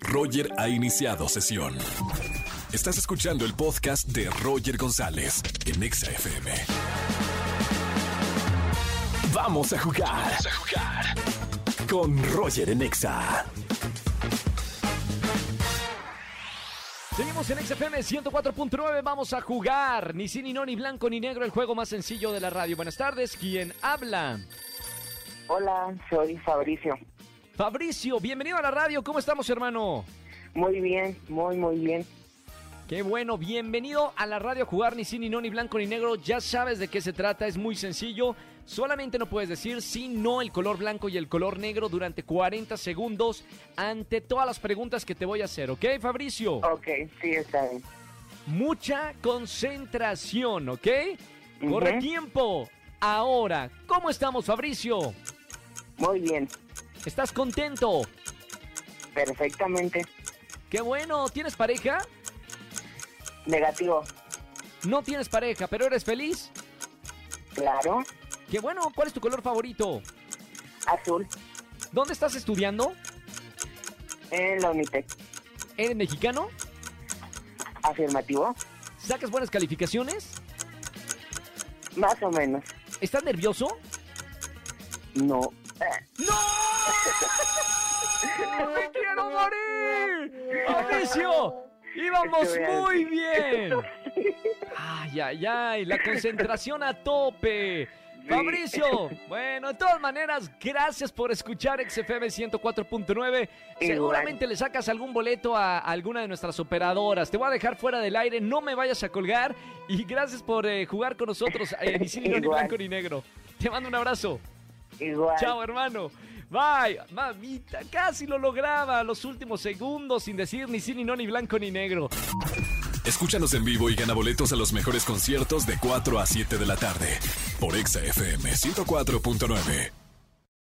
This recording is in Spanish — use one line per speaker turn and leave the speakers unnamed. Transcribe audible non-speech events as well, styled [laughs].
Roger ha iniciado sesión. Estás escuchando el podcast de Roger González en Exa FM. Vamos a jugar. Vamos a jugar. Con Roger en Exa.
Seguimos en XFM 104.9, vamos a jugar. Ni sí, ni no, ni blanco, ni negro, el juego más sencillo de la radio. Buenas tardes, ¿quién habla?
Hola, soy Fabricio.
Fabricio, bienvenido a la radio, ¿cómo estamos, hermano?
Muy bien, muy, muy bien.
Qué bueno, bienvenido a la radio a jugar ni sí, ni no, ni blanco, ni negro. Ya sabes de qué se trata, es muy sencillo. Solamente no puedes decir sí, no, el color blanco y el color negro durante 40 segundos ante todas las preguntas que te voy a hacer, ¿ok, Fabricio?
Ok, sí, está bien.
Mucha concentración, ¿ok?
Ujú.
Corre tiempo. Ahora, ¿cómo estamos, Fabricio?
Muy bien,
¿Estás contento?
perfectamente.
Qué bueno, ¿tienes pareja?
Negativo,
No tienes pareja, pero eres feliz.
claro.
Qué bueno, ¿cuál es tu color favorito?
Azul,
¿Dónde estás estudiando?
en la Unitec.
¿Eres mexicano?
Afirmativo,
¿Sacas buenas calificaciones?
más o menos.
¿Estás nervioso?
No. Eh, [laughs]
¡No! ¡Me quiero
[laughs]
morir! ¡Fabricio! ¡Íbamos
Estuve al-
muy
[laughs]
bien! ¡Ay, ay, ay! La concentración a tope.
Sí.
Fabricio, bueno, de todas maneras, gracias por escuchar XFM 104.9. Seguramente le sacas algún boleto a alguna de nuestras operadoras. Te voy a dejar fuera del aire, no me vayas a colgar. Y gracias por eh, jugar con nosotros, eh, ni sí, ni no, ni
Igual.
blanco ni negro. Te mando un abrazo.
Igual.
Chao, hermano. Bye. Mamita, casi lo lograba. Los últimos segundos sin decir ni sí, ni no, ni blanco, ni negro.
Escúchanos en vivo y gana boletos a los mejores conciertos de 4 a 7 de la tarde por Exa FM 104.9.